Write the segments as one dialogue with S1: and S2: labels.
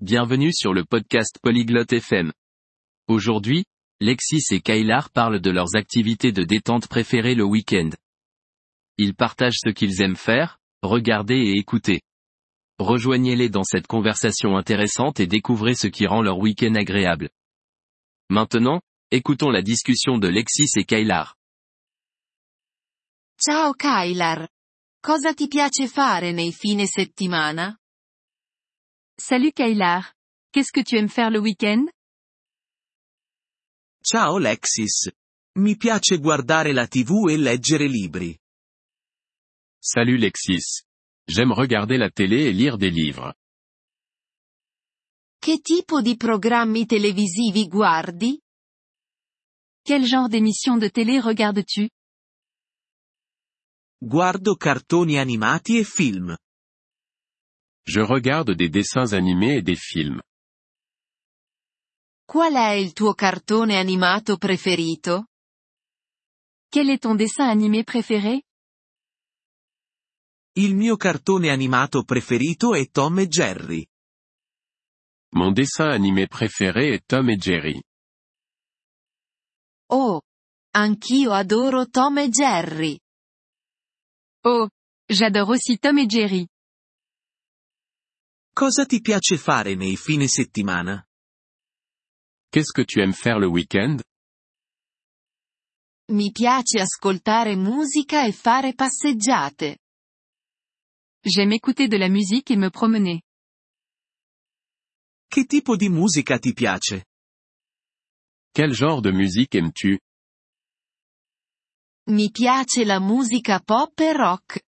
S1: Bienvenue sur le podcast Polyglotte FM. Aujourd'hui, Lexis et Kailar parlent de leurs activités de détente préférées le week-end. Ils partagent ce qu'ils aiment faire, regarder et écouter. Rejoignez-les dans cette conversation intéressante et découvrez ce qui rend leur week-end agréable. Maintenant, écoutons la discussion de Lexis et Kailar.
S2: Ciao Kailar. Cosa ti piace fare nei fine settimana?
S3: Salut Kailar. Qu'est-ce que tu aimes faire le week-end?
S4: Ciao Lexis. Mi piace guardare la TV e leggere libri.
S5: Salut Lexis. J'aime regarder la télé et lire des livres.
S2: Che tipo di programmi televisivi guardi?
S3: Quel genre d'émission de télé regardes-tu?
S4: Guardo cartoni animati e film.
S5: Je regarde des dessins animés et des films.
S2: Qual è il tuo cartone animato preferito?
S3: Quel est ton dessin animé préféré?
S4: Il mio cartone animato preferito è Tom e Jerry.
S5: Mon dessin animé préféré est Tom et Jerry.
S2: Oh! Anch'io adoro Tom e Jerry.
S3: Oh! J'adore aussi Tom et Jerry.
S4: Cosa ti piace fare nei fine settimana?
S5: Qu'est-ce que tu aimes faire le week-end?
S2: Mi piace ascoltare musica e fare passeggiate.
S3: J'aime écouter de la musique et me promener.
S4: Che tipo di musica ti piace?
S5: Quel genre de musique aimes-tu?
S2: Mi piace la musica pop e rock.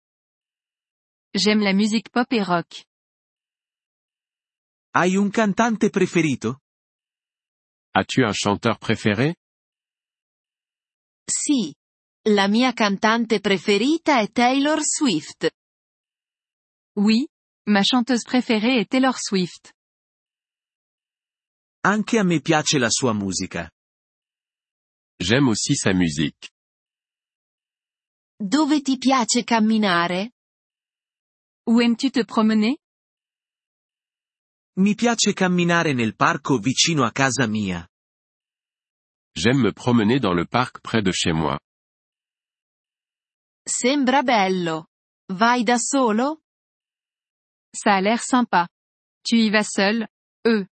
S3: J'aime la musique pop et rock.
S4: Hai un cantante preferito?
S5: As-tu un chanteur préféré?
S2: Sì. La mia cantante preferita è Taylor Swift.
S3: Oui, ma chanteuse préférée est Taylor Swift.
S4: Anche a me piace la sua musica.
S5: J'aime aussi sa musique.
S2: Dove ti piace camminare?
S3: Où aimes-tu te promener?
S4: Mi piace camminare nel parco vicino a casa mia.
S5: J'aime me promener dans le parc près de chez moi.
S2: Sembra bello. Vai da solo?
S3: Ça a l'air sympa. Tu y vas seul? Euh.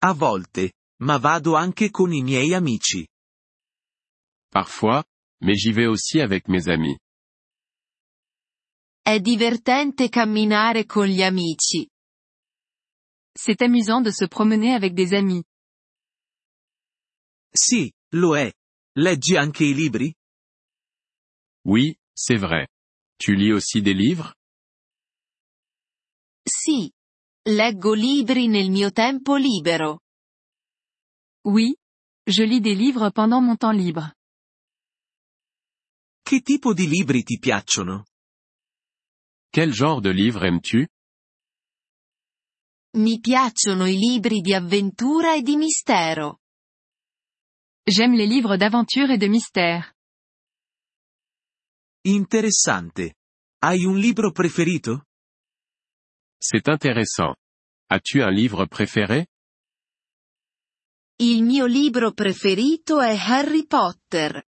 S4: A volte, ma vado anche con i miei amici.
S5: Parfois, mais j'y vais aussi avec mes amis.
S2: È divertente camminare con gli amici.
S3: C'est amusant de se promener avec des amis.
S4: Sì, lo è. Leggi anche i libri?
S5: Oui, c'est vrai. Tu lis aussi des livres?
S2: Sì. Leggo libri nel mio tempo libero.
S3: Oui. Je lis des livres pendant mon temps libre.
S4: Che tipo di libri ti piacciono?
S5: Quel genre de livre aimes-tu?
S2: Mi piacciono i libri di avventura e di mistero.
S3: J'aime les livres d'aventure et de mystère.
S4: Interessante. Hai un libro preferito?
S5: C'est intéressant. As-tu un livre préféré?
S2: Il mio libro preferito è Harry Potter.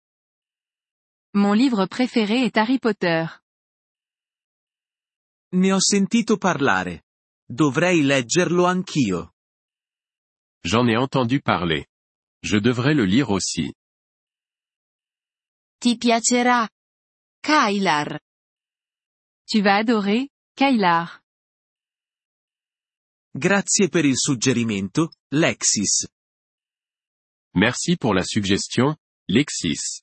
S3: Mon livre préféré est Harry Potter.
S4: Ne ho sentito parlare. Dovrei leggerlo anch'io.
S5: J'en ai entendu parler. Je devrais le lire aussi.
S2: Ti piacerà. Kailar.
S3: Tu vas adorer, Kailar.
S4: Grazie per il suggerimento, Lexis.
S5: Merci pour la suggestion, Lexis.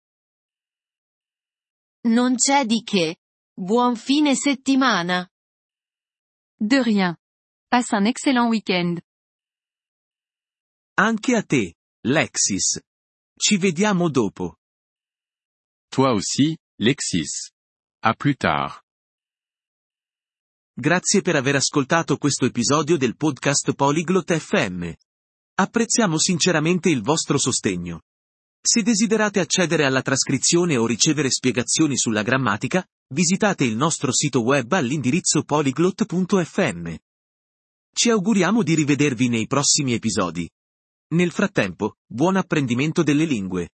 S2: Non c'è di che. Buon fine settimana.
S3: De rien. Passe un excellent week-end.
S4: Anche a te, Lexis. Ci vediamo dopo.
S5: Toi aussi, Lexis. À plus tard.
S4: Grazie per aver ascoltato questo episodio del podcast Polyglot FM. Apprezziamo sinceramente il vostro sostegno. Se desiderate accedere alla trascrizione o ricevere spiegazioni sulla grammatica, visitate il nostro sito web all'indirizzo polyglot.fm. Ci auguriamo di rivedervi nei prossimi episodi. Nel frattempo, buon apprendimento delle lingue.